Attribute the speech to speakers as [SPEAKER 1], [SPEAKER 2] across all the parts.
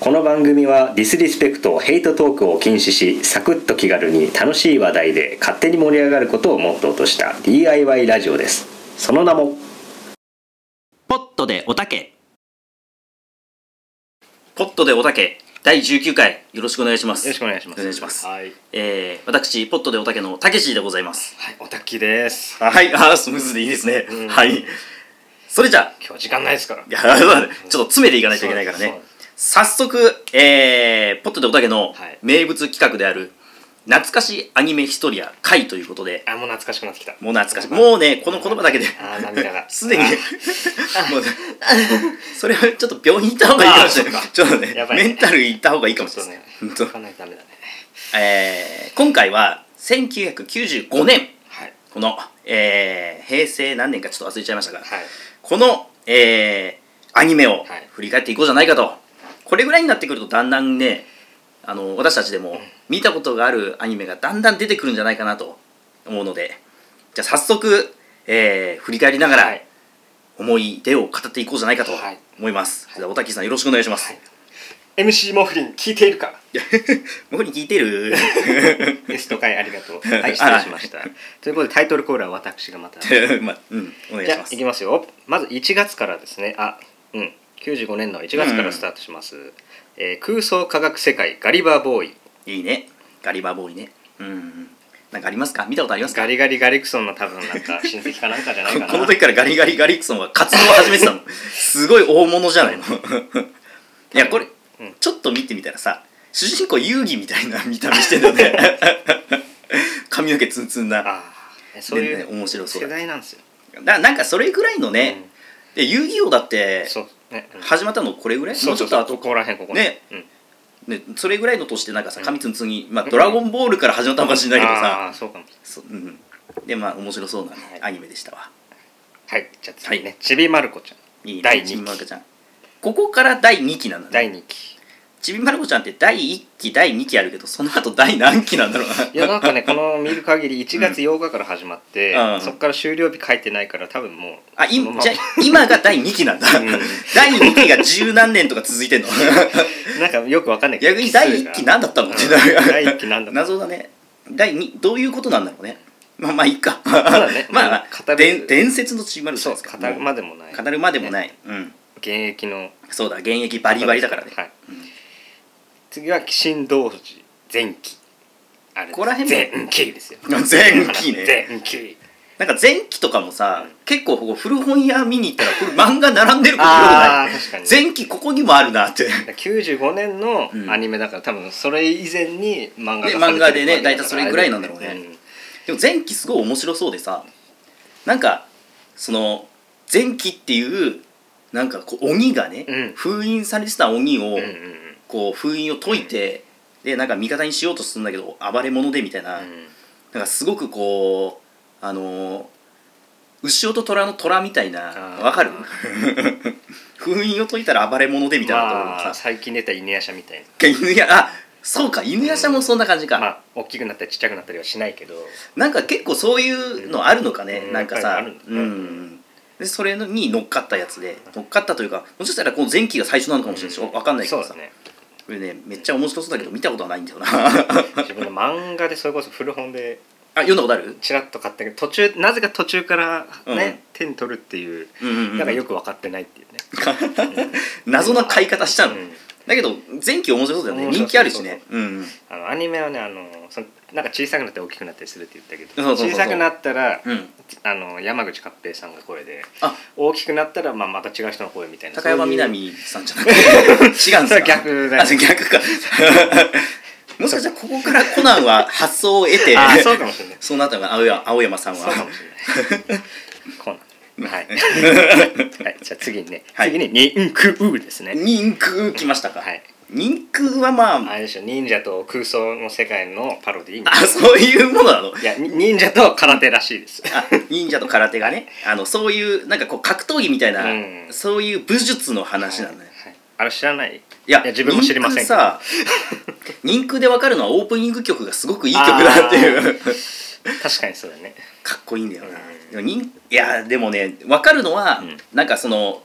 [SPEAKER 1] この番組はディスリスペクトヘイトトークを禁止しサクッと気軽に楽しい話題で勝手に盛り上がることをモットーとした DIY ラジオですその名も
[SPEAKER 2] ポットでおたけ。ポットでおたけ、第19回、よろしくお願いします。
[SPEAKER 3] よろしくお願いします。
[SPEAKER 2] お願いします
[SPEAKER 3] はい。
[SPEAKER 2] えー、私、ポットでおたけのたけしでございます。
[SPEAKER 3] はい、おたきです。今
[SPEAKER 2] はい、あー、スムーズでいいですね。
[SPEAKER 3] うん
[SPEAKER 2] はい。それじゃあ、
[SPEAKER 3] 日は時間ないですから。
[SPEAKER 2] いや そうだねちょっと詰めていかないといけないから
[SPEAKER 3] そう
[SPEAKER 2] ね
[SPEAKER 3] です。
[SPEAKER 2] 早速、えー、ポットでおたけの
[SPEAKER 3] はい
[SPEAKER 2] 名物企画である、懐かしアニメヒストリア回ということで、
[SPEAKER 3] あ、もう懐かしくなってきた。
[SPEAKER 2] もう懐かしい。もうね、この言葉だけで
[SPEAKER 3] あー涙が
[SPEAKER 2] すでに、もうね、それはちょっと病院行った方がいいかもしれな
[SPEAKER 3] あーそっ。
[SPEAKER 2] い
[SPEAKER 3] か
[SPEAKER 2] ちょっとね
[SPEAKER 3] やばいね
[SPEAKER 2] メンタル行った方がいいかもしれない。
[SPEAKER 3] ちょっとね、行かないとダメだね。
[SPEAKER 2] えー今回は、1995年、
[SPEAKER 3] はい。
[SPEAKER 2] この、えー平成何年かちょっと忘れちゃいましたが、
[SPEAKER 3] はい。
[SPEAKER 2] この、えーアニメを
[SPEAKER 3] はい
[SPEAKER 2] 振り返っていこうじゃないかと。これぐらいになってくると、だんだんね、あの、私たちでも見たことがあるアニメがだんだん出てくるんじゃないかなと思うので、じゃあ早速、えー振り返りながら、
[SPEAKER 3] はい
[SPEAKER 2] 思い出を語っていこうじゃないかと
[SPEAKER 3] はい
[SPEAKER 2] 思います、じゃあおたきさんよろしくお願いします、
[SPEAKER 3] はい MC モフリン、聞いているか
[SPEAKER 2] 僕に聞いてる
[SPEAKER 3] ゲスト会ありがとう。はい、失礼しました。ということで、タイトルコールは私がまた。じ
[SPEAKER 2] まあうんお願い
[SPEAKER 3] ゃあ、
[SPEAKER 2] しま
[SPEAKER 3] い
[SPEAKER 2] す
[SPEAKER 3] きますよ。まず1月からですね。あ、うん。95年の1月からスタートします。えー空想科学世界ガリバーボーイ。
[SPEAKER 2] いいねガリバーボーイねうんなんかありますか見たことありますか
[SPEAKER 3] ガリガリガリクソンの多分なんか親戚かなんかじゃないかな。
[SPEAKER 2] この時からガリガリガリクソンは活動を始めてた のすごい大物じゃないの いやこれ、
[SPEAKER 3] うん
[SPEAKER 2] ちょっと見てみたらさ主人公遊戯みたいな見た目してんだ よね髪の毛ツンツンな
[SPEAKER 3] ああ、そうい
[SPEAKER 2] ね
[SPEAKER 3] う
[SPEAKER 2] 面白そうだ
[SPEAKER 3] 世代なんですよ。
[SPEAKER 2] ななんかそれぐらいのね、で遊戯王だって
[SPEAKER 3] そうね。うん
[SPEAKER 2] 始まったのこれぐらい
[SPEAKER 3] そうそうそう
[SPEAKER 2] もうちょっと後
[SPEAKER 3] ここら辺ここ
[SPEAKER 2] ね。
[SPEAKER 3] うん
[SPEAKER 2] ね、それぐらいの年でなんかさ
[SPEAKER 3] うん
[SPEAKER 2] 神ツンツンに、まあ、ドラゴンボールから始まったのかもしれないけどさ、
[SPEAKER 3] ああそうかも。
[SPEAKER 2] そうん、でまあ面白そうな、ね
[SPEAKER 3] はい
[SPEAKER 2] アニメでしたわ
[SPEAKER 3] はいじゃあ次
[SPEAKER 2] は
[SPEAKER 3] ね。ちびまる子ちゃん
[SPEAKER 2] いいね
[SPEAKER 3] 第二期
[SPEAKER 2] ちびまる子ちゃんここから第2期なんだね
[SPEAKER 3] 第二期。
[SPEAKER 2] ちびまる子ちゃんって第1期第2期あるけどその後第何期なんだろうない
[SPEAKER 3] やなんかねこの見る限り1月8日から始まって
[SPEAKER 2] うん
[SPEAKER 3] そこから終了日書いてないから多分もう
[SPEAKER 2] あ
[SPEAKER 3] その
[SPEAKER 2] 今
[SPEAKER 3] まま
[SPEAKER 2] じゃあ今が第2期なんだ、
[SPEAKER 3] ん
[SPEAKER 2] 第2期が十何年とか続い てんの
[SPEAKER 3] なんかよくわかんないけど
[SPEAKER 2] 逆に第1期何だったのって
[SPEAKER 3] 奇数がうん第一期なんだった
[SPEAKER 2] 謎だね第二どういうことなんだろうねまあまあいいか
[SPEAKER 3] だね
[SPEAKER 2] まあ、ま
[SPEAKER 3] 語
[SPEAKER 2] あ、
[SPEAKER 3] る
[SPEAKER 2] 伝伝説のちびまる子ちゃ
[SPEAKER 3] そ
[SPEAKER 2] ん
[SPEAKER 3] う
[SPEAKER 2] ですか
[SPEAKER 3] 語るまでもない
[SPEAKER 2] 語るまでもない、うん
[SPEAKER 3] 現役の
[SPEAKER 2] そうだ現役バリバリだからね、
[SPEAKER 3] はい次は鬼神道寺前期あれです
[SPEAKER 2] ここら辺も
[SPEAKER 3] 前期ですよ
[SPEAKER 2] 前期ね
[SPEAKER 3] 前 期
[SPEAKER 2] なんか前期とかもさ、結構ここ古本屋見に行ったらこれ漫画並んでることよく
[SPEAKER 3] あ
[SPEAKER 2] な
[SPEAKER 3] あ確か
[SPEAKER 2] い
[SPEAKER 3] に
[SPEAKER 2] 前期ここにもあるなって
[SPEAKER 3] 95年のアニメだから、多分それ以前に漫画
[SPEAKER 2] で
[SPEAKER 3] がされてる
[SPEAKER 2] 漫画でね
[SPEAKER 3] わけだから
[SPEAKER 2] 大体それぐらいなんだろうねでも前期すごい面白そうでさなんかその前期っていうなんかこう鬼がね、
[SPEAKER 3] うん
[SPEAKER 2] 封印されてた鬼を、
[SPEAKER 3] うんうんうん
[SPEAKER 2] こう封印を解いて、でなんか味方にしようとするんだけど暴れ者でみたいな、
[SPEAKER 3] うん
[SPEAKER 2] なんかすごくこうあのー牛尾と虎の虎みたいな
[SPEAKER 3] あー
[SPEAKER 2] わかる 封印を解いたら暴れ者でみたいなところ
[SPEAKER 3] まあ
[SPEAKER 2] がさ
[SPEAKER 3] 最近出た犬やしゃみたい
[SPEAKER 2] 犬やあそうか犬屋さんもそんな感じか、
[SPEAKER 3] なまあ大きくなったりちっちゃくなったりはしないけど
[SPEAKER 2] なんか結構そういうのあるのかね、
[SPEAKER 3] うん
[SPEAKER 2] なんかさ
[SPEAKER 3] やっぱりあるんだ
[SPEAKER 2] う
[SPEAKER 3] ね
[SPEAKER 2] んでそれに乗っかったやつで乗っかったというかもしかしたらこの前期が最初なのかもしれないし、わかんないけ
[SPEAKER 3] そ
[SPEAKER 2] ど
[SPEAKER 3] う
[SPEAKER 2] さ、
[SPEAKER 3] だね
[SPEAKER 2] これねめっちゃ面白そうだけど見たことはないんだよ な
[SPEAKER 3] 自分の漫画でそれこそ古本で
[SPEAKER 2] あ読んだことある
[SPEAKER 3] ちらっと買ったけど途中なぜか途中からね、手に取るっていう
[SPEAKER 2] うんうんうん
[SPEAKER 3] なんかよく分かってないっていうね、
[SPEAKER 2] 謎な買い方したの、
[SPEAKER 3] うん
[SPEAKER 2] だけど前期面白そうだよね
[SPEAKER 3] 面白そう
[SPEAKER 2] 人気あるしねうんうん
[SPEAKER 3] あのアニメはねあのそのなんか小さくなって大きくなったりするって言ったけど
[SPEAKER 2] そうそうそうそう
[SPEAKER 3] 小さくなったら、
[SPEAKER 2] うん
[SPEAKER 3] あの山口勝平さんが声で
[SPEAKER 2] あ
[SPEAKER 3] 大きくなったら、まあ、また違う人の声みたいな
[SPEAKER 2] 高山みな
[SPEAKER 3] そういう
[SPEAKER 2] みさんじゃなくて違うんですか
[SPEAKER 3] それは逆だよ
[SPEAKER 2] あそれ逆か もしかしたらここからコナンは発想を得て
[SPEAKER 3] あそうかもしれない
[SPEAKER 2] そうなったのが青山青山さんは
[SPEAKER 3] そうかもしれないこう なんはい、はい、じゃあ次にね、
[SPEAKER 2] はい
[SPEAKER 3] 次に「忍空」ですね
[SPEAKER 2] 人空来ましたか、
[SPEAKER 3] はい
[SPEAKER 2] 人空はまあ、
[SPEAKER 3] あれでしょ忍者と空想の世界のパロディみた
[SPEAKER 2] あ
[SPEAKER 3] い
[SPEAKER 2] そういうものなの
[SPEAKER 3] ないやに忍者と空手らしいです
[SPEAKER 2] あ忍者と空手がねあのそういうなんかこう格闘技みたいな、
[SPEAKER 3] うん
[SPEAKER 2] そういう武術の話なんだね、
[SPEAKER 3] はいあれ知らない
[SPEAKER 2] いや
[SPEAKER 3] 自分も知りません
[SPEAKER 2] 人空さ人空でわかるのはオープニング曲がすごくいい曲だっていう
[SPEAKER 3] 確かにそうだね
[SPEAKER 2] かっこいいんだよな、
[SPEAKER 3] うん
[SPEAKER 2] でも人いやでもねわかるのは、
[SPEAKER 3] うん
[SPEAKER 2] なんかその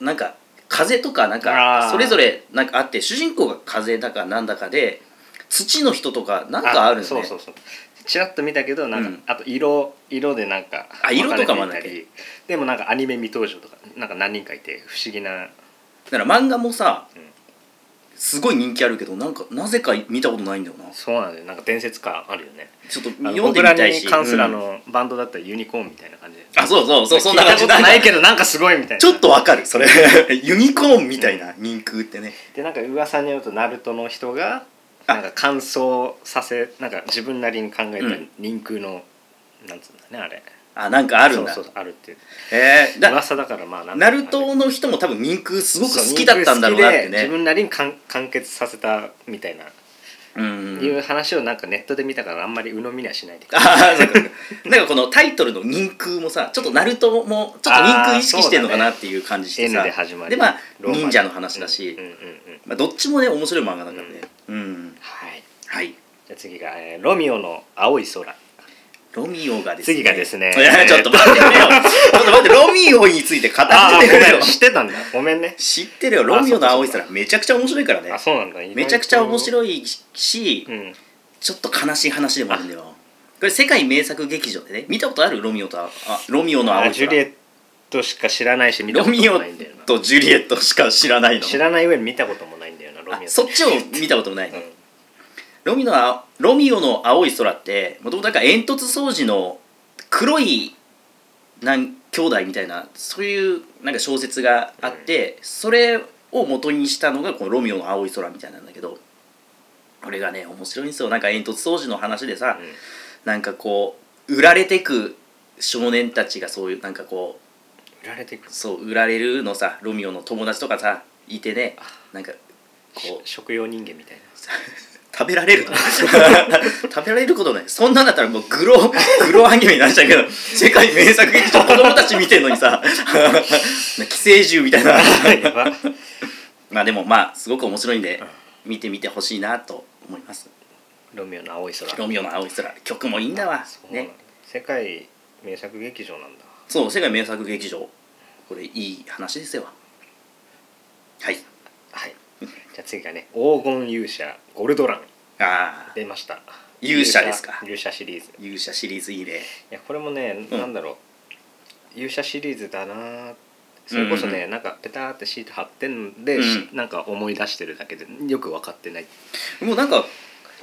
[SPEAKER 2] なんか風とかなん
[SPEAKER 3] あ
[SPEAKER 2] か
[SPEAKER 3] ー
[SPEAKER 2] それぞれなんかあって主人公が風だかなんだかで土の人とかなんかあるんですね
[SPEAKER 3] そうそうそうちらっと見たけどなんか、
[SPEAKER 2] うん
[SPEAKER 3] あと色色でなんか
[SPEAKER 2] あ色とかも
[SPEAKER 3] 分れていたりでもなんかアニメ未登場とかなんか何人かいて不思議な
[SPEAKER 2] だから漫画もさ、
[SPEAKER 3] うん
[SPEAKER 2] すごい人気あるけどなんかなぜか見たことないんだよな
[SPEAKER 3] そうなんだよなんか伝説感あるよね
[SPEAKER 2] ちょっと
[SPEAKER 3] あの
[SPEAKER 2] 読んでみたいし
[SPEAKER 3] 僕らに関するあ
[SPEAKER 2] うん
[SPEAKER 3] の、バンドだったらユニコーンみたいな感じで
[SPEAKER 2] あそうそうそうそ
[SPEAKER 3] 聞
[SPEAKER 2] んない
[SPEAKER 3] た
[SPEAKER 2] 感
[SPEAKER 3] こと
[SPEAKER 2] じ
[SPEAKER 3] ないけどなんかすごいみたいな
[SPEAKER 2] ちょっとわかるそれ ユニコーンみたいな人空ってね
[SPEAKER 3] でなんか噂によるとナルトの人が
[SPEAKER 2] あ
[SPEAKER 3] なんか乾燥させなんか自分なりに考えた
[SPEAKER 2] うん
[SPEAKER 3] 人空の、なんつうんだねあれ
[SPEAKER 2] あなんかあるんだ
[SPEAKER 3] そうそうあるっていう
[SPEAKER 2] えー、だ
[SPEAKER 3] 噂だからまあなんか
[SPEAKER 2] ナルトの人も多分人空すごく好きだったんだろうなって
[SPEAKER 3] そう人空好きで自
[SPEAKER 2] ね
[SPEAKER 3] 分なりに完完結させたみたいな、
[SPEAKER 2] うん
[SPEAKER 3] いう話をなんかネットで見たからあんまり鵜呑みにはしないでください
[SPEAKER 2] あーそうかそうかなんかこのタイトルの「人空」もさちょっとナルトもちょっと人空意識してるのかなっていう感じしてさ、
[SPEAKER 3] N で始まり
[SPEAKER 2] でまあ
[SPEAKER 3] ローマ
[SPEAKER 2] 忍者の話だし、
[SPEAKER 3] うんうんうんうん
[SPEAKER 2] まあ、どっちもね面白い漫画だからねうん、
[SPEAKER 3] はい
[SPEAKER 2] はい
[SPEAKER 3] じゃあ次が、えーロミオの青い空」
[SPEAKER 2] ロミオがですね
[SPEAKER 3] 次がですね
[SPEAKER 2] いやちょっと待ってくれよちょっと待ってロミオについて語
[SPEAKER 3] あ
[SPEAKER 2] っ
[SPEAKER 3] あ
[SPEAKER 2] て
[SPEAKER 3] ー
[SPEAKER 2] くれ
[SPEAKER 3] ご
[SPEAKER 2] よ
[SPEAKER 3] めん知ってたんだごめんね
[SPEAKER 2] 知ってるよロミオの青い空めちゃくちゃ面白いからね
[SPEAKER 3] あそうなんだ意外と
[SPEAKER 2] めちゃくちゃ面白いし、
[SPEAKER 3] うん
[SPEAKER 2] ちょっと悲しい話でもあるんだよこれ世界名作劇場でね見たことあるロミオとああロミオの青い
[SPEAKER 3] あ
[SPEAKER 2] 空
[SPEAKER 3] ジュリエットしか知らないし見た
[SPEAKER 2] ロ
[SPEAKER 3] こと
[SPEAKER 2] ミオ
[SPEAKER 3] もないんだよな
[SPEAKER 2] とジュリエットしか知らないの
[SPEAKER 3] 知らない上に見たこともないんだよなロ
[SPEAKER 2] あ
[SPEAKER 3] ミオ
[SPEAKER 2] そっちを見たこともないの、
[SPEAKER 3] うん
[SPEAKER 2] ロミオのあロミオの青い空ってもともとなんか煙突掃除の黒いなん兄弟みたいなそういうなんか小説があって、それを元にしたのがこの「ロミオの青い空」みたいなんだけどこれがね面白いんですよなんか煙突掃除の話でさ、
[SPEAKER 3] うん
[SPEAKER 2] なんかこう売られてく少年たちがそういうなんかこう
[SPEAKER 3] 売られていく
[SPEAKER 2] そう売られるのさロミオの友達とかさいてねなんかこう
[SPEAKER 3] 食用人間み たいな
[SPEAKER 2] 食べられるの 食べられることないそんなんだったらもうグログロアニメになっちゃうけど世界名作劇場子供たち見てんのにさ 寄生獣みたいな
[SPEAKER 3] やば
[SPEAKER 2] まあでもまあすごく面白いんで見てみてほしいなと思います
[SPEAKER 3] ロミオの青い空
[SPEAKER 2] ロミオの青い空曲もいいんだわ
[SPEAKER 3] そうなんだ
[SPEAKER 2] ね
[SPEAKER 3] 世界名作劇場なんだ
[SPEAKER 2] そう世界名作劇場これいい話ですよはい
[SPEAKER 3] はいじゃあ次がね黄金勇者ゴルドラン
[SPEAKER 2] ああ
[SPEAKER 3] 出ました
[SPEAKER 2] 勇者ですか
[SPEAKER 3] 勇者シリーズい
[SPEAKER 2] 勇者シリーズいいね
[SPEAKER 3] やこれもね、
[SPEAKER 2] うん
[SPEAKER 3] なんだろう勇者シリーズだなーそれこそね、
[SPEAKER 2] うんうん
[SPEAKER 3] なんかペターってシート貼ってんで、
[SPEAKER 2] うん
[SPEAKER 3] しなんか思い出してるだけでよく分かってない
[SPEAKER 2] もうなんか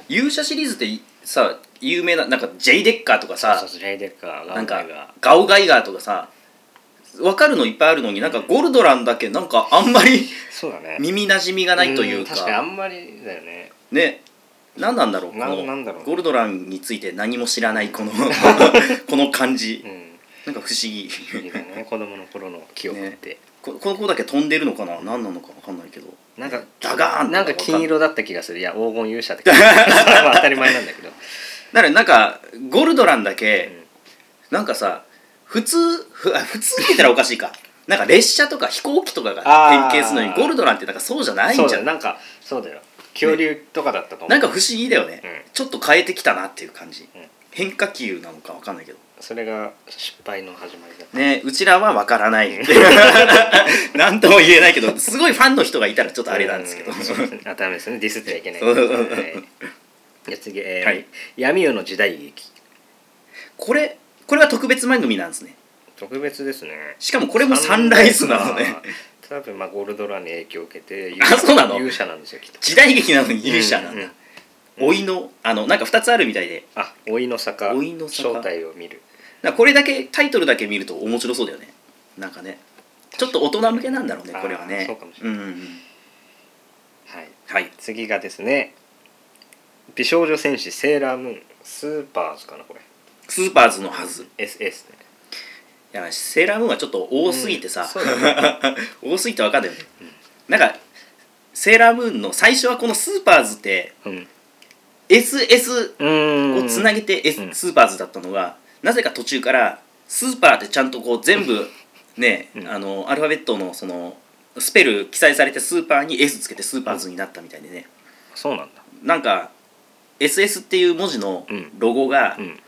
[SPEAKER 2] 勇者シリーズっていさ有名ななんか J デッカーとかさ
[SPEAKER 3] そうそうジェイデッカーが
[SPEAKER 2] なんか
[SPEAKER 3] が
[SPEAKER 2] ガオガイガーとかさ分かるのいっぱいあるのになんかゴルドランだけなんかあんま り
[SPEAKER 3] そうだね
[SPEAKER 2] 耳なじみがないというか
[SPEAKER 3] ん確かにあんまりだよね
[SPEAKER 2] ね何なんだろうこ
[SPEAKER 3] な
[SPEAKER 2] の
[SPEAKER 3] なんだろう
[SPEAKER 2] ゴルドランについて何も知らないこ のこの感じ
[SPEAKER 3] うん
[SPEAKER 2] なんか不思議
[SPEAKER 3] 不思議だ ね子供の頃の記憶って、
[SPEAKER 2] ここの子だけ飛んでるのかな何なのか分かんないけど
[SPEAKER 3] なんか
[SPEAKER 2] ダガーンと
[SPEAKER 3] なんか金色だった気がするいや黄金勇者って それは当たり前なんだけど、
[SPEAKER 2] だからなんかゴルドランだけ、
[SPEAKER 3] うん
[SPEAKER 2] なんかさ普通ふあ普通って言ったらおかしいかなんか列車とか飛行機とかが
[SPEAKER 3] あー
[SPEAKER 2] 変形するのにゴルドランってなんかそうじゃない
[SPEAKER 3] そ
[SPEAKER 2] ん
[SPEAKER 3] う
[SPEAKER 2] じ
[SPEAKER 3] だ
[SPEAKER 2] ゃ
[SPEAKER 3] よ
[SPEAKER 2] ん
[SPEAKER 3] なんかそうだよ恐竜とかだったと思う、
[SPEAKER 2] なんか不思議だよね、
[SPEAKER 3] うん
[SPEAKER 2] ちょっと変えてきたなっていう感じ、
[SPEAKER 3] うん
[SPEAKER 2] 変化球なのかわかんないけど
[SPEAKER 3] それが失敗の始まりだった、
[SPEAKER 2] ねうちらはわからない何とも言え ないけどすごいファンの人がいたらちょっとあれなんですけど
[SPEAKER 3] うそうですねあダメですねディスっちゃいけない
[SPEAKER 2] そうそうそう
[SPEAKER 3] はいじゃあ次、えー
[SPEAKER 2] はい
[SPEAKER 3] 闇夜の時代劇
[SPEAKER 2] これこれは特別番組なんですね
[SPEAKER 3] 特別ですね
[SPEAKER 2] しかもこれもサンライズなのね
[SPEAKER 3] サンライズは多分まあゴールドランに影響を受けて
[SPEAKER 2] あそうなの
[SPEAKER 3] 勇者なんですよきっと
[SPEAKER 2] 時代劇なのに勇者なんだ、
[SPEAKER 3] うう
[SPEAKER 2] 老いのあのなんか2つあるみたいで
[SPEAKER 3] あ老いの坂
[SPEAKER 2] 老いの坂
[SPEAKER 3] 正体を見る
[SPEAKER 2] なんかこれだけタイトルだけ見ると面白そうだよねなんかねちょっと大人向けなんだろうね
[SPEAKER 3] あー
[SPEAKER 2] これはね
[SPEAKER 3] そうかもしれ
[SPEAKER 2] うんうんうん
[SPEAKER 3] はい
[SPEAKER 2] はい
[SPEAKER 3] 次がですね美少女戦士セーラームーンスーパーズかなこれ
[SPEAKER 2] スーパーズのはずい
[SPEAKER 3] SS ね
[SPEAKER 2] やセーラームーンはちょっと多すぎて
[SPEAKER 3] う
[SPEAKER 2] さ
[SPEAKER 3] ん、そうだ
[SPEAKER 2] 多すぎて分かんないよね、なんかセーラームーンの最初はこのスーパーズって
[SPEAKER 3] うん、
[SPEAKER 2] SS をつな
[SPEAKER 3] ぎ
[SPEAKER 2] げて、S
[SPEAKER 3] うん
[SPEAKER 2] スーパーズだったのがなぜか途中からスーパーってちゃんとこう全 部ね、
[SPEAKER 3] うん
[SPEAKER 2] あのアルファベットのそのスペル記載されてスーパーに S つけてスーパーズになったみたいでね、
[SPEAKER 3] そうなんだ
[SPEAKER 2] なんか SS っていう文字の
[SPEAKER 3] うん
[SPEAKER 2] ロゴが
[SPEAKER 3] うん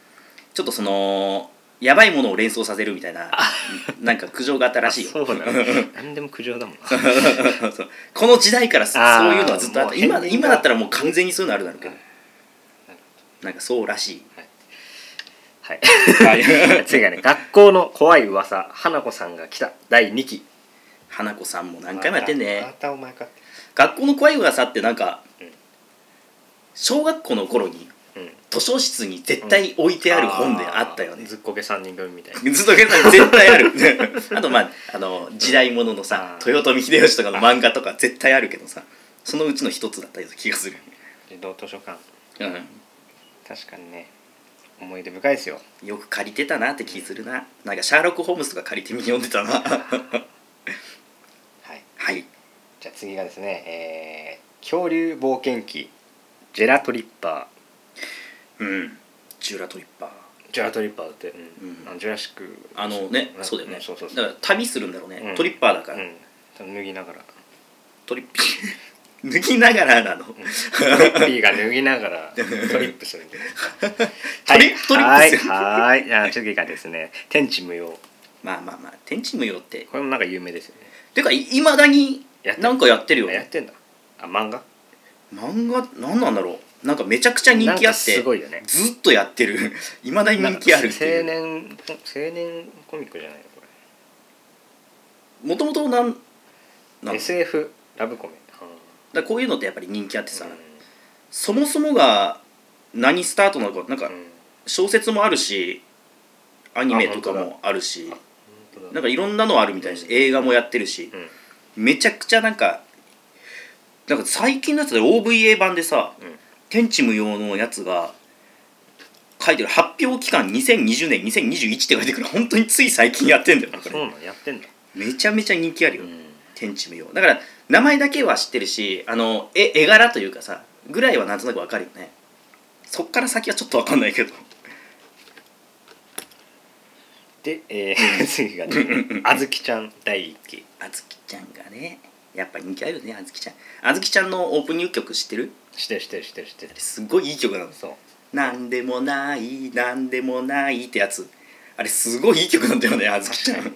[SPEAKER 2] ちょっとそのやばいものを連想させるみたいななんか苦情があったらしいよ
[SPEAKER 3] あそうなん何でも苦情だもんな
[SPEAKER 2] そうこの時代からそ
[SPEAKER 3] あー
[SPEAKER 2] そういうのはずっとあっ
[SPEAKER 3] も
[SPEAKER 2] た
[SPEAKER 3] う変
[SPEAKER 2] 今
[SPEAKER 3] 人
[SPEAKER 2] 今
[SPEAKER 3] が
[SPEAKER 2] だったらもう完全にそういうのあるだろうけど
[SPEAKER 3] はい
[SPEAKER 2] なんかそう らし
[SPEAKER 3] はい
[SPEAKER 2] いはい
[SPEAKER 3] 次がね学校の怖い噂花子さんが来た第2期
[SPEAKER 2] 花子さんも何回もやってん
[SPEAKER 3] ま
[SPEAKER 2] ね
[SPEAKER 3] たお前かって
[SPEAKER 2] 学校の怖い噂ってなんか
[SPEAKER 3] うん
[SPEAKER 2] 小学校の頃に
[SPEAKER 3] うん
[SPEAKER 2] 図書室に絶対置いてある本であったよね
[SPEAKER 3] ーずっこけ3人組みたいな
[SPEAKER 2] ずっと現在絶対ある あとまああの時代物のさ
[SPEAKER 3] あー
[SPEAKER 2] 豊臣秀吉とかの漫画とか絶対あるけどさそのうちの一つだったような気がする、
[SPEAKER 3] 児童図書館
[SPEAKER 2] う
[SPEAKER 3] 確かにね思い出深いですよ
[SPEAKER 2] ん、よく借りてたなって気するななんかシャーロック・ホームズとか借りてみ読んでた な
[SPEAKER 3] はい
[SPEAKER 2] はい
[SPEAKER 3] じゃあ次がですね、えー恐竜冒険記ジェラトリッパ
[SPEAKER 2] うんジュラトリッパー
[SPEAKER 3] ージェラトリッパーって、
[SPEAKER 2] うん
[SPEAKER 3] あのジュラシック
[SPEAKER 2] あのねそうだよね、
[SPEAKER 3] んそうそうそう
[SPEAKER 2] だから旅するんだろうね、
[SPEAKER 3] うん
[SPEAKER 2] トリッパーだから、
[SPEAKER 3] うん多分脱ぎな がら
[SPEAKER 2] トリッピ 抜きながらなの、
[SPEAKER 3] トリッピーが脱ぎながらトリップするんで
[SPEAKER 2] トリトリップする
[SPEAKER 3] はいはいはいじゃあ次がですね天地無用
[SPEAKER 2] まあまあまあ天地無用って
[SPEAKER 3] これもなんか有名ですよね
[SPEAKER 2] てかいまだに
[SPEAKER 3] やってる
[SPEAKER 2] なんかやってるよ
[SPEAKER 3] あやっ
[SPEAKER 2] ね
[SPEAKER 3] てんだあ漫画
[SPEAKER 2] 漫画なんなんだろうなんかめちゃくちゃ人
[SPEAKER 3] なん
[SPEAKER 2] 気あ
[SPEAKER 3] か
[SPEAKER 2] っ
[SPEAKER 3] す
[SPEAKER 2] て
[SPEAKER 3] ごいよね
[SPEAKER 2] ずっとやってる いまだに人気あるって
[SPEAKER 3] 青
[SPEAKER 2] いう
[SPEAKER 3] 年青年コミックじゃないのこ
[SPEAKER 2] もともとなんな
[SPEAKER 3] れ
[SPEAKER 2] んだか
[SPEAKER 3] SF ラブコメ
[SPEAKER 2] らこういうのってやっぱり人気あってさ、
[SPEAKER 3] うん
[SPEAKER 2] そもそもが何スタートなのかなんか
[SPEAKER 3] うん
[SPEAKER 2] 小説もあるしアニメとか
[SPEAKER 3] あ本
[SPEAKER 2] もあるし
[SPEAKER 3] 本当だ
[SPEAKER 2] なんかいろんなのあるみたいです映画もやってるし
[SPEAKER 3] うん
[SPEAKER 2] めちゃくちゃなんかなんか最近のやつで OVA 版でさ
[SPEAKER 3] うん
[SPEAKER 2] 「天地無用」のやつが書いてる発表期間2020年2021って書いてくる本当につい最近やってんだよ
[SPEAKER 3] あ
[SPEAKER 2] こ
[SPEAKER 3] そう
[SPEAKER 2] れ
[SPEAKER 3] なのやってんだ、
[SPEAKER 2] めちゃめちゃ人気あるよ、天地無用だから名前だけは知ってるしあの絵絵柄というかさぐらいはなんとなくわかるよねそっから先はちょっとわかんないけど
[SPEAKER 3] で、えー次がねあずきちゃん第一期
[SPEAKER 2] あずきちゃんがねやっぱ人気あるよねあずきちゃんあずきちゃんのオープニング曲知ってる
[SPEAKER 3] してるしてるしてるしてる
[SPEAKER 2] すっごいいい曲なの
[SPEAKER 3] そう
[SPEAKER 2] なんでもないなんでもないってやつあれすごいいい曲なんだよねあずきちゃん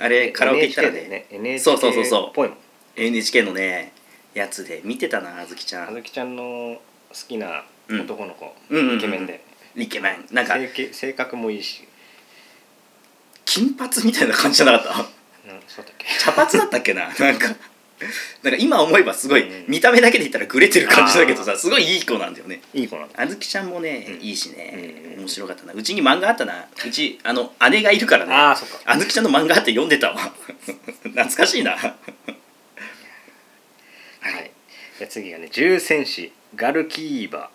[SPEAKER 2] あれカラオケ行ったらね
[SPEAKER 3] NHK
[SPEAKER 2] そうそうそうそう
[SPEAKER 3] っぽいもん
[SPEAKER 2] NHK のねやつで見てたなあずきちゃ
[SPEAKER 3] あず
[SPEAKER 2] ん
[SPEAKER 3] きちゃんの好きな男の子、
[SPEAKER 2] うんうんうんうん
[SPEAKER 3] イケメンで、
[SPEAKER 2] イケメンなんか
[SPEAKER 3] 性け性格もいいし
[SPEAKER 2] 金髪みたいな感じじゃなかった
[SPEAKER 3] なんそうだっけ
[SPEAKER 2] 茶髪だったっけな なんかなんか今思えばすごい
[SPEAKER 3] うん
[SPEAKER 2] 見た目だけで言ったらグレてる感じだけど
[SPEAKER 3] あ
[SPEAKER 2] さすごいいい子なんだよね
[SPEAKER 3] いい子なんだ
[SPEAKER 2] あずきちゃんもね、
[SPEAKER 3] うん
[SPEAKER 2] いいしね、
[SPEAKER 3] うん
[SPEAKER 2] 面白かったなうちに漫画あったなうちあの姉がいるからね
[SPEAKER 3] ああそっか
[SPEAKER 2] あずきちゃんの漫画あって読んでたわ 懐かしいな
[SPEAKER 3] はいじゃあ次がね重戦士ガルキーバ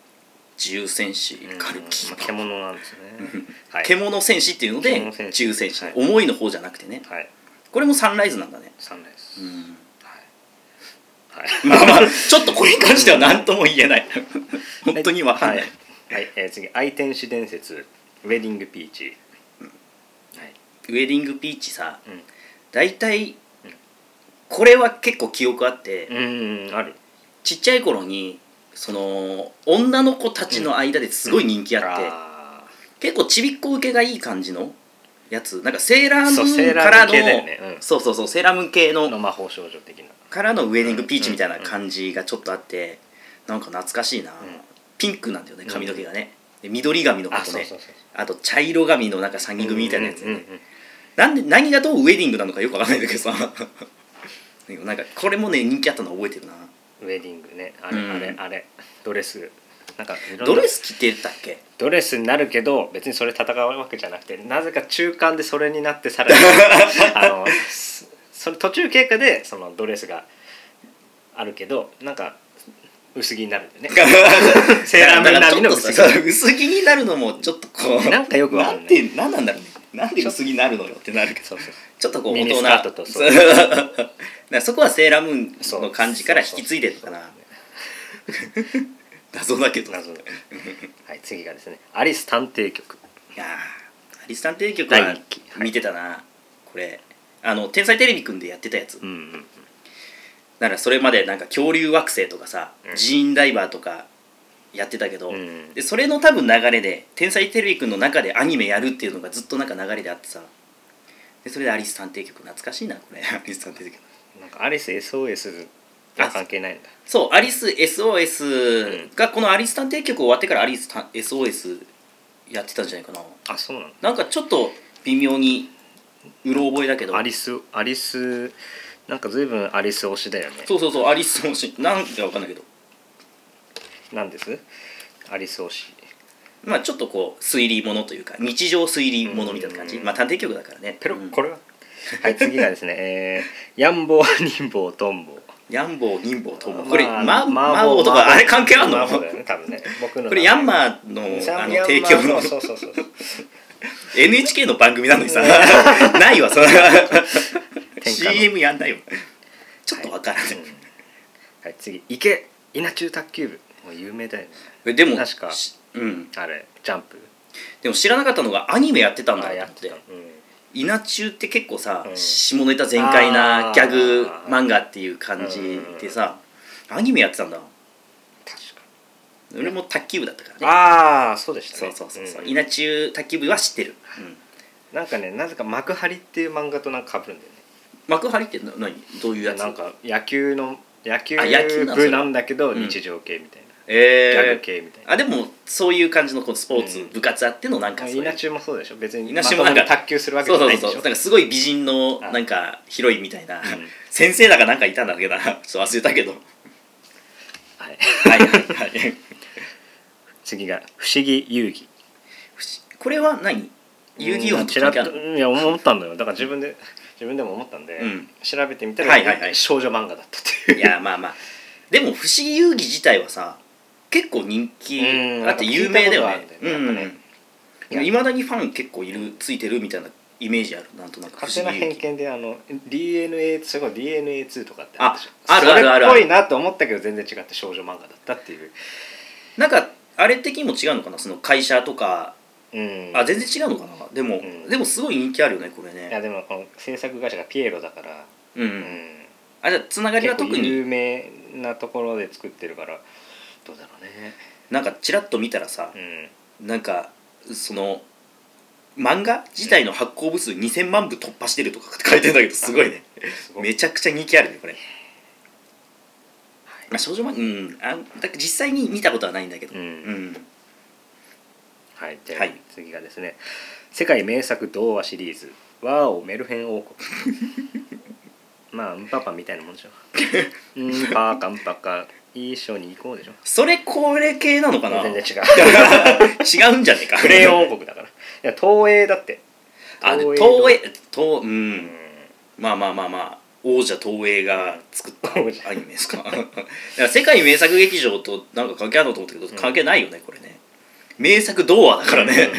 [SPEAKER 2] 獣戦士ガルキーパー、
[SPEAKER 3] 獣なんですねはい
[SPEAKER 2] 獣戦士っていうので
[SPEAKER 3] 獣戦士
[SPEAKER 2] 獣戦士、
[SPEAKER 3] はい
[SPEAKER 2] 思いの方じゃなくてね
[SPEAKER 3] はい
[SPEAKER 2] これもサンライズなんだね、
[SPEAKER 3] サンライズ、
[SPEAKER 2] うん、
[SPEAKER 3] はい
[SPEAKER 2] まあまあちょっとこれに関しては何とも言えない本当にわかんない、
[SPEAKER 3] はい、はいえー次愛天使伝説ウェディングピーチ、はい
[SPEAKER 2] ウェディングピーチさ、
[SPEAKER 3] うん
[SPEAKER 2] 大体
[SPEAKER 3] うん
[SPEAKER 2] これは結構記憶あって、
[SPEAKER 3] うんうんある
[SPEAKER 2] ちっちゃい頃にその女の子たちの間ですごい人気あって、
[SPEAKER 3] あ
[SPEAKER 2] 結構ちびっこ受けがいい感じのやつなんかセーラーム
[SPEAKER 3] そうセ
[SPEAKER 2] ー
[SPEAKER 3] ー
[SPEAKER 2] ン
[SPEAKER 3] ラー
[SPEAKER 2] から
[SPEAKER 3] ムーン
[SPEAKER 2] の
[SPEAKER 3] 系だよねうん
[SPEAKER 2] そうそうそうセーラームーン系
[SPEAKER 3] ー
[SPEAKER 2] の
[SPEAKER 3] の魔法少女的な
[SPEAKER 2] からのウェディングピーチみたいな感じがちょっとあってなんか懐かしいな、
[SPEAKER 3] ん
[SPEAKER 2] ピンクなんだよね髪の毛がね、で緑髪のことねあ
[SPEAKER 3] うそう
[SPEAKER 2] と茶色髪のなんか詐欺組みたいなやつね、
[SPEAKER 3] うんうんうんうん
[SPEAKER 2] なんで何がどうウェディングなのかよくわかんないんだけどさ なんかこれもね人気あったの覚えてるな
[SPEAKER 3] ウェディングねあれ、
[SPEAKER 2] うん
[SPEAKER 3] あれあれドレスなんかいろんな
[SPEAKER 2] ドレス着てたっけ
[SPEAKER 3] ドレスになるけど別にそれ戦うわけじゃなくてなぜか中間でそれになって さらにあのそそれ途中経過でそのドレスがあるけどなんか薄着になるんだよね セーラームーン並みの薄
[SPEAKER 2] 薄
[SPEAKER 3] 着
[SPEAKER 2] 着薄着になるのもちょっとこう
[SPEAKER 3] なんかよくわか
[SPEAKER 2] なんん
[SPEAKER 3] ない
[SPEAKER 2] てなんなんだろうねなんで薄着になるのよってなるけど
[SPEAKER 3] そうそう
[SPEAKER 2] ちょっとこう
[SPEAKER 3] ミ
[SPEAKER 2] 大
[SPEAKER 3] ニ
[SPEAKER 2] 人
[SPEAKER 3] スカートと
[SPEAKER 2] そ
[SPEAKER 3] そうう
[SPEAKER 2] だから そこはセーラームーンの感じから引き継いでるのかな謎だけど
[SPEAKER 3] 謎のはい次がですねアリス探偵局
[SPEAKER 2] いやーアリス探偵局は
[SPEAKER 3] 第一期
[SPEAKER 2] 見てたな、これあの「天才テレビくん」でやってたやつ、
[SPEAKER 3] うんうん
[SPEAKER 2] だからそれまでなんか恐竜惑星とかさ、
[SPEAKER 3] うん
[SPEAKER 2] ジーンダイバーとかやってたけど、
[SPEAKER 3] うん
[SPEAKER 2] でそれの多分流れで「天才てれびくん」の中でアニメやるっていうのがずっとなんか流れであってさでそれで「アリス探偵局」懐かしいなこ れアリス探偵局
[SPEAKER 3] なんかアリス SOS は関係ないんだ
[SPEAKER 2] そう「アリス
[SPEAKER 3] うん
[SPEAKER 2] SOS」がこの「アリス探偵局」終わってから「アリス探 SOS」やってたんじゃないかな
[SPEAKER 3] あそうなんだ
[SPEAKER 2] なんかちょっと微妙にうろ覚えだけど
[SPEAKER 3] アリスアリスなんか随分アリス推しだよね
[SPEAKER 2] そうそうそうアリスもしなんかわかんないけど
[SPEAKER 3] なんですアリス推し
[SPEAKER 2] まあちょっとこう推理ものというか日常推理ものみたいな感じ、
[SPEAKER 3] うん
[SPEAKER 2] まあ探偵局だからね
[SPEAKER 3] ペロ
[SPEAKER 2] うん
[SPEAKER 3] ッこれは、はい次がですね、えー、ヤンボーニンボートンボー
[SPEAKER 2] ヤンボーギンボーとも
[SPEAKER 3] ま
[SPEAKER 2] これ
[SPEAKER 3] あ
[SPEAKER 2] マ
[SPEAKER 3] 麻
[SPEAKER 2] マ
[SPEAKER 3] 婆
[SPEAKER 2] ボーと
[SPEAKER 3] 麻
[SPEAKER 2] か
[SPEAKER 3] 婆
[SPEAKER 2] あれ関係あんの
[SPEAKER 3] 麻婆だよね多分ね僕の
[SPEAKER 2] これヤンマーの
[SPEAKER 3] ー
[SPEAKER 2] あの提供の
[SPEAKER 3] そうそう そうそう
[SPEAKER 2] NHK の番組なのにさないわそれは
[SPEAKER 3] 天下の
[SPEAKER 2] CM やんないよちょっとわからない、
[SPEAKER 3] はい次池稲中卓球部もう有名だよね
[SPEAKER 2] えでも
[SPEAKER 3] 確か
[SPEAKER 2] しうん、
[SPEAKER 3] あれジャンプ
[SPEAKER 2] でも知らなかったのがアニメやってたんだ
[SPEAKER 3] あ
[SPEAKER 2] と
[SPEAKER 3] や
[SPEAKER 2] 思っ
[SPEAKER 3] って
[SPEAKER 2] て
[SPEAKER 3] た、うん、
[SPEAKER 2] 稲中って結構さ、
[SPEAKER 3] うん
[SPEAKER 2] 下ネタ全開な
[SPEAKER 3] あー
[SPEAKER 2] ギャグ漫画っていう感じでさ、アニメやってたんだ
[SPEAKER 3] 確か
[SPEAKER 2] 俺も卓球部だったからね
[SPEAKER 3] ああそうでした
[SPEAKER 2] そ
[SPEAKER 3] ね
[SPEAKER 2] うそうそうそう、
[SPEAKER 3] ん
[SPEAKER 2] 稲中卓球部は知ってる、うん
[SPEAKER 3] なんかねなぜか幕張っていう漫画となんか被るんだよね
[SPEAKER 2] 幕張ってな何どういうやつ
[SPEAKER 3] なんか野球の野球
[SPEAKER 2] あ野球なんだそれ
[SPEAKER 3] 部なんだけど
[SPEAKER 2] うん
[SPEAKER 3] 日常系みたいな、
[SPEAKER 2] え
[SPEAKER 3] ギャ
[SPEAKER 2] ー
[SPEAKER 3] グ系みたいな
[SPEAKER 2] あでもそういう感じのこうスポーツ、
[SPEAKER 3] うん
[SPEAKER 2] 部活あってのなんかそういう
[SPEAKER 3] 稲中もそうでしょ別に
[SPEAKER 2] 稲中もなんか
[SPEAKER 3] まともに卓球するわけ
[SPEAKER 2] そ
[SPEAKER 3] じ
[SPEAKER 2] う
[SPEAKER 3] ゃ
[SPEAKER 2] そ
[SPEAKER 3] ないんで
[SPEAKER 2] うそう
[SPEAKER 3] し
[SPEAKER 2] な
[SPEAKER 3] ょ
[SPEAKER 2] んかすごい美人の
[SPEAKER 3] あ
[SPEAKER 2] なんかヒロインみたいな、
[SPEAKER 3] ん
[SPEAKER 2] 先生だかなんかいたんだけどなちょっと忘れたけど
[SPEAKER 3] はい
[SPEAKER 2] はいはいはい
[SPEAKER 3] 次が「不思議遊戯」
[SPEAKER 2] これは何遊戯王
[SPEAKER 3] うん
[SPEAKER 2] と
[SPEAKER 3] ちらっ
[SPEAKER 2] 関係あ
[SPEAKER 3] と
[SPEAKER 2] る
[SPEAKER 3] いや思ったんだよだから自分で自分でも思ったんで、
[SPEAKER 2] うん
[SPEAKER 3] 調べてみたら、
[SPEAKER 2] はいはいはい
[SPEAKER 3] 少女漫画だったっていう
[SPEAKER 2] いやまあまあでも「不思議遊戯」自体はさ結構人気
[SPEAKER 3] うん
[SPEAKER 2] あって有名だよ
[SPEAKER 3] なん
[SPEAKER 2] ね
[SPEAKER 3] か聞いたことある
[SPEAKER 2] う
[SPEAKER 3] んだよねやっ
[SPEAKER 2] んいまだにファン結構いるついてるみたいなイメージあるなんとなく
[SPEAKER 3] 勝手な偏見であの DNA すごい DNA2 とかってったでしょ
[SPEAKER 2] ああるあるある
[SPEAKER 3] それっぽいなと思ったけど全然違って少女漫画だったっていう、
[SPEAKER 2] なんかあれ的にも違うのかなその会社とか
[SPEAKER 3] うん、
[SPEAKER 2] あ全然違うのかなでも、
[SPEAKER 3] ん
[SPEAKER 2] でもすごい人気あるよねこれ
[SPEAKER 3] いや
[SPEAKER 2] ね
[SPEAKER 3] でもこの制作会社がピエロだから、
[SPEAKER 2] うん、
[SPEAKER 3] うん、
[SPEAKER 2] あじゃあつながりは
[SPEAKER 3] 結構
[SPEAKER 2] 特
[SPEAKER 3] 有
[SPEAKER 2] に
[SPEAKER 3] 名なところで作ってるからどうだろうね
[SPEAKER 2] なんかちらっと見たらさ
[SPEAKER 3] う、ん
[SPEAKER 2] なんかその漫画自体の発行部数2000万部突破してるとかって書いてんだけどすごいね
[SPEAKER 3] すごい
[SPEAKER 2] めちゃくちゃ人気あるねこれ、まあ、少女漫画うんあだから実際に見たことはないんだけど
[SPEAKER 3] うん
[SPEAKER 2] うん
[SPEAKER 3] はい、じゃあ
[SPEAKER 2] はい
[SPEAKER 3] 次がですね「世界名作童話シリーズワーオメルヘン 王国」まあうんパパみたいなもん でしょ「うんパーカンパカ一緒に行こう」でしょ
[SPEAKER 2] それこれ系なのかな
[SPEAKER 3] 全然
[SPEAKER 2] 違
[SPEAKER 3] 違う
[SPEAKER 2] うんじゃねえか
[SPEAKER 3] クレヨン王国だからいや東映だって
[SPEAKER 2] あで
[SPEAKER 3] 童
[SPEAKER 2] 東
[SPEAKER 3] 話
[SPEAKER 2] 映東うんまあまあまあまあ王者東映が作 った
[SPEAKER 3] 王者
[SPEAKER 2] アニメですかだから世界名作劇場となんか関係あるのと思ったけど関係ないよねこれね名作童話だから
[SPEAKER 3] う
[SPEAKER 2] ね
[SPEAKER 3] ん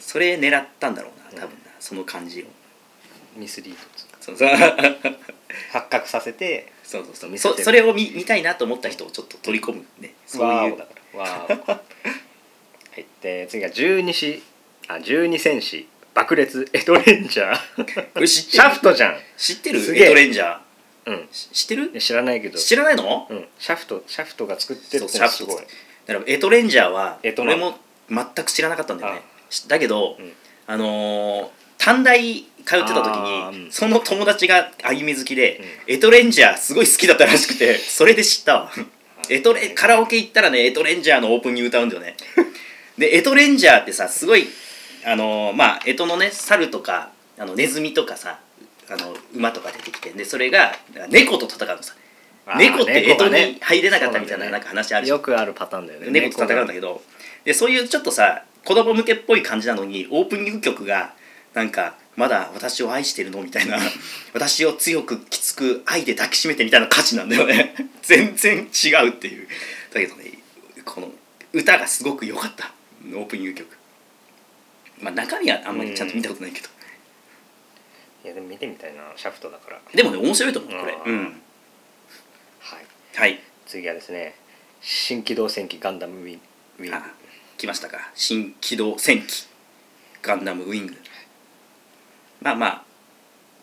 [SPEAKER 2] それ狙ったんだろうな多分なその感じを
[SPEAKER 3] ミスリードつうか
[SPEAKER 2] そうそう
[SPEAKER 3] 発覚させて
[SPEAKER 2] そうそうそう
[SPEAKER 3] 見せて
[SPEAKER 2] そ
[SPEAKER 3] る
[SPEAKER 2] それを見見たいなと思った人をちょっと取り込むねそう
[SPEAKER 3] ワ
[SPEAKER 2] い
[SPEAKER 3] ーオ
[SPEAKER 2] う
[SPEAKER 3] だからワーオはいで次が十二子あ十二戦士爆裂エドレンジャー
[SPEAKER 2] これ知って
[SPEAKER 3] シャ
[SPEAKER 2] る
[SPEAKER 3] フトじゃん
[SPEAKER 2] 知ってる
[SPEAKER 3] すげえ
[SPEAKER 2] エトレンジャ
[SPEAKER 3] うん
[SPEAKER 2] ーし知ってる
[SPEAKER 3] 知らないけど
[SPEAKER 2] 知らないの
[SPEAKER 3] うん、シャフトシャフトが作ってるって
[SPEAKER 2] そう
[SPEAKER 3] のはすごい
[SPEAKER 2] シャフだからエトレンジャーは
[SPEAKER 3] エトな
[SPEAKER 2] 俺も全く知らなかったんだよね
[SPEAKER 3] あ
[SPEAKER 2] しだけど、
[SPEAKER 3] うん
[SPEAKER 2] あのー短大通ってた時
[SPEAKER 3] あ
[SPEAKER 2] に、
[SPEAKER 3] ーうん
[SPEAKER 2] その友達が歩み好きで、エトレンジャーすごい好きだったらしく てそれで知ったわエトレカラオケ行ったらねエトレンジャーのオープニング歌うんだよねでエトレンジャーってさすごいあのーまあエトのね猿とかあのネズミとかさあの馬とか出てきてでそれが猫と戦うのさ
[SPEAKER 3] あー
[SPEAKER 2] 猫ってエ
[SPEAKER 3] 猫が
[SPEAKER 2] ト
[SPEAKER 3] ね
[SPEAKER 2] に入れなかったみたいな
[SPEAKER 3] そうなんだよね
[SPEAKER 2] なんか話あるじゃん
[SPEAKER 3] よくあるパターンだよね
[SPEAKER 2] 猫と戦うんだけどでそういうちょっとさ子供向けっぽい感じなのにオープニング曲がなんか「まだ私を愛してるの?」みた いな「私を強くきつく愛で抱きしめて」みたいな歌詞なんだよね 全然違うっていうだけどねこの歌がすごく良かったオープニング曲まあ中身はあんまりちゃんと見たことないけど
[SPEAKER 3] いやでも見てみたいなシャフトだから
[SPEAKER 2] でもね面白いと思うこれ
[SPEAKER 3] あ
[SPEAKER 2] う
[SPEAKER 3] ー
[SPEAKER 2] ん
[SPEAKER 3] はい
[SPEAKER 2] はい
[SPEAKER 3] 次はですね新機動戦記ガンダムウィンウィング
[SPEAKER 2] あ来ましたか新機動戦機ガンダムウィングまあまあ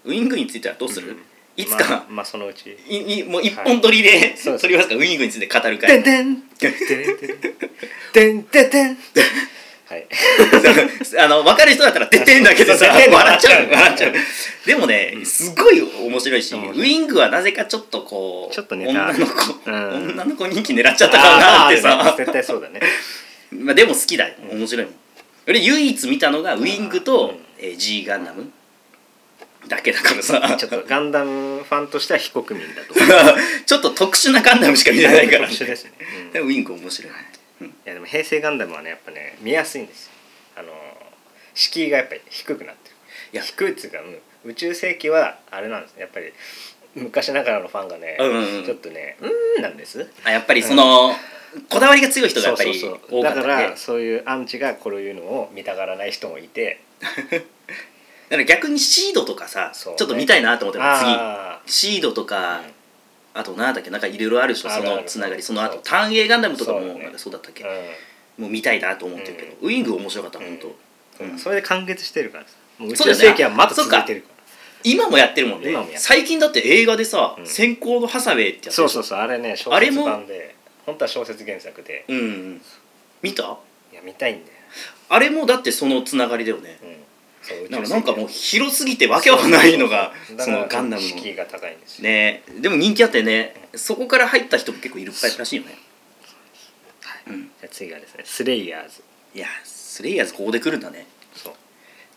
[SPEAKER 2] ウィングについてはどうする、
[SPEAKER 3] うん
[SPEAKER 2] いつ
[SPEAKER 3] まあ
[SPEAKER 2] か、
[SPEAKER 3] まあそのうち
[SPEAKER 2] いいもう一本取りで、
[SPEAKER 3] そうです
[SPEAKER 2] 取りますかウィングについて語
[SPEAKER 3] 「
[SPEAKER 2] る
[SPEAKER 3] て
[SPEAKER 2] 会
[SPEAKER 3] ん てんてんてんてんてんはい
[SPEAKER 2] あの分かる人だったら出てんだけどさ
[SPEAKER 3] 出てんの
[SPEAKER 2] 笑っちゃう笑っちゃうでもね、
[SPEAKER 3] ん
[SPEAKER 2] すごい面白いし、
[SPEAKER 3] 面白い
[SPEAKER 2] ウイングはなぜかちょっとこう
[SPEAKER 3] ちょっとネタ
[SPEAKER 2] 女の子、
[SPEAKER 3] うん
[SPEAKER 2] 女の子人気狙っちゃったからなって
[SPEAKER 3] あーあ
[SPEAKER 2] さ
[SPEAKER 3] るね絶対そうだね
[SPEAKER 2] まあでも好きだよ面白いもん俺唯一見たのがウイング
[SPEAKER 3] う
[SPEAKER 2] と
[SPEAKER 3] ん、
[SPEAKER 2] えー G ガンダムだけだから さ
[SPEAKER 3] ち
[SPEAKER 2] ち
[SPEAKER 3] ょ
[SPEAKER 2] ょ
[SPEAKER 3] っ
[SPEAKER 2] っ
[SPEAKER 3] と
[SPEAKER 2] と
[SPEAKER 3] ガンダムファンとしては非国民だと思う
[SPEAKER 2] 特殊なガンダムしか見て ないから
[SPEAKER 3] 特殊ですね、うん
[SPEAKER 2] でもウイング面白いね
[SPEAKER 3] いやでも平成ガンダムはねやっぱね見やすいんですよあのー敷居がやっぱり低くなってる
[SPEAKER 2] いや
[SPEAKER 3] 低いっていうか、うん、宇宙世紀はあれなんですねやっぱり昔ながらのファンがね、
[SPEAKER 2] うんうんうん
[SPEAKER 3] ちょっとねうーんなんです
[SPEAKER 2] あやっぱりその、こだわりが強い人が
[SPEAKER 3] そ
[SPEAKER 2] や
[SPEAKER 3] う
[SPEAKER 2] っぱ
[SPEAKER 3] そ
[SPEAKER 2] り
[SPEAKER 3] うそう
[SPEAKER 2] 多か
[SPEAKER 3] だ
[SPEAKER 2] った
[SPEAKER 3] か
[SPEAKER 2] ね
[SPEAKER 3] らそういうアンチがこういうのを見たがらない人もいて
[SPEAKER 2] だから逆にシードとかさ、
[SPEAKER 3] そうね
[SPEAKER 2] ちょっと見たいなと思ってます
[SPEAKER 3] あ
[SPEAKER 2] 次シードとか、あと何だっけなんかいろいろあるでしょ
[SPEAKER 3] ある
[SPEAKER 2] そ
[SPEAKER 3] あ
[SPEAKER 2] の
[SPEAKER 3] る
[SPEAKER 2] つながりその後
[SPEAKER 3] そう
[SPEAKER 2] 単影ガンダムとかも
[SPEAKER 3] そうだね
[SPEAKER 2] なんかそうだったっけ
[SPEAKER 3] ー、
[SPEAKER 2] もう見たいなと思ってるけど、ウイング面白かった本当、
[SPEAKER 3] うん
[SPEAKER 2] うん
[SPEAKER 3] それで完結してるからさもう宇
[SPEAKER 2] そうだ
[SPEAKER 3] 宙
[SPEAKER 2] よね
[SPEAKER 3] 世紀はまだ続いてるから
[SPEAKER 2] 今もやってるもんね
[SPEAKER 3] 今もやってる
[SPEAKER 2] 最近だって映画でさ「
[SPEAKER 3] うん
[SPEAKER 2] 先行のハサウェイ」ってやつ
[SPEAKER 3] そうそうそうあれね小
[SPEAKER 2] あれ
[SPEAKER 3] 説
[SPEAKER 2] も
[SPEAKER 3] 版で本当は小説原作で
[SPEAKER 2] うんうん見た
[SPEAKER 3] いや見たいんだよ、
[SPEAKER 2] あれもだってそのつながりだよね
[SPEAKER 3] うん、そう宇
[SPEAKER 2] なん
[SPEAKER 3] 世
[SPEAKER 2] か
[SPEAKER 3] 紀
[SPEAKER 2] なんかもう広すぎてわけわかんないのが
[SPEAKER 3] そうそう
[SPEAKER 2] そ
[SPEAKER 3] そう
[SPEAKER 2] のガンダム
[SPEAKER 3] だから敷
[SPEAKER 2] の
[SPEAKER 3] 居が高いんですよ、
[SPEAKER 2] ねでも人気あってねそこから入った人も結構いるっぱいらしいよね
[SPEAKER 3] じゃあ次がですねスレイヤーズ
[SPEAKER 2] いやスレイヤーズここで来るんだね
[SPEAKER 3] そう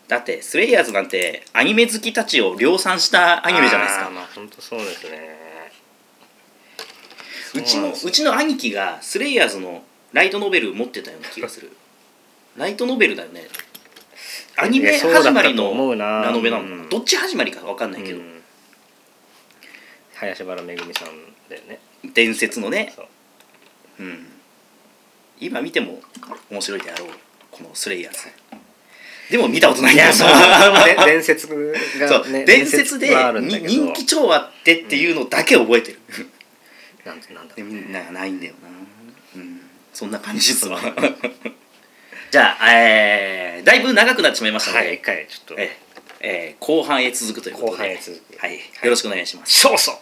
[SPEAKER 2] だってスレイヤーズなんてアニメ好きたちを量産したアニメじゃないです
[SPEAKER 3] あ
[SPEAKER 2] か
[SPEAKER 3] ーまあ本当そうですね
[SPEAKER 2] うち
[SPEAKER 3] そうなん
[SPEAKER 2] の
[SPEAKER 3] ですよ
[SPEAKER 2] うちの兄貴がスレイヤーズのライトノベル持ってたような気が するライトノベルだよねアニメ始まり
[SPEAKER 3] いやそうだったと思
[SPEAKER 2] の
[SPEAKER 3] うな
[SPEAKER 2] ラノベなのか
[SPEAKER 3] う
[SPEAKER 2] なんどっち始まりか分かんないけど、
[SPEAKER 3] うん林原めぐみさんだよね
[SPEAKER 2] 伝説のね
[SPEAKER 3] そう
[SPEAKER 2] うん今見ても面白いであろうこのスレイヤーズでも見たことないんだよな
[SPEAKER 3] で伝説が、
[SPEAKER 2] そう
[SPEAKER 3] ね、
[SPEAKER 2] 伝説で
[SPEAKER 3] はあるんだ
[SPEAKER 2] に
[SPEAKER 3] けど
[SPEAKER 2] 人気超あってっていうのだけ覚えてる、
[SPEAKER 3] なんてなんだ
[SPEAKER 2] でみんながないんだよなうんそんな感じですわ じゃあ、えー、だいぶ長くなってしまいましたの
[SPEAKER 3] は
[SPEAKER 2] で、
[SPEAKER 3] い一回ちょっと
[SPEAKER 2] えーえー後半へ続くということで
[SPEAKER 3] 後半へ続く
[SPEAKER 2] はい、よろしくお願いします
[SPEAKER 3] そうそう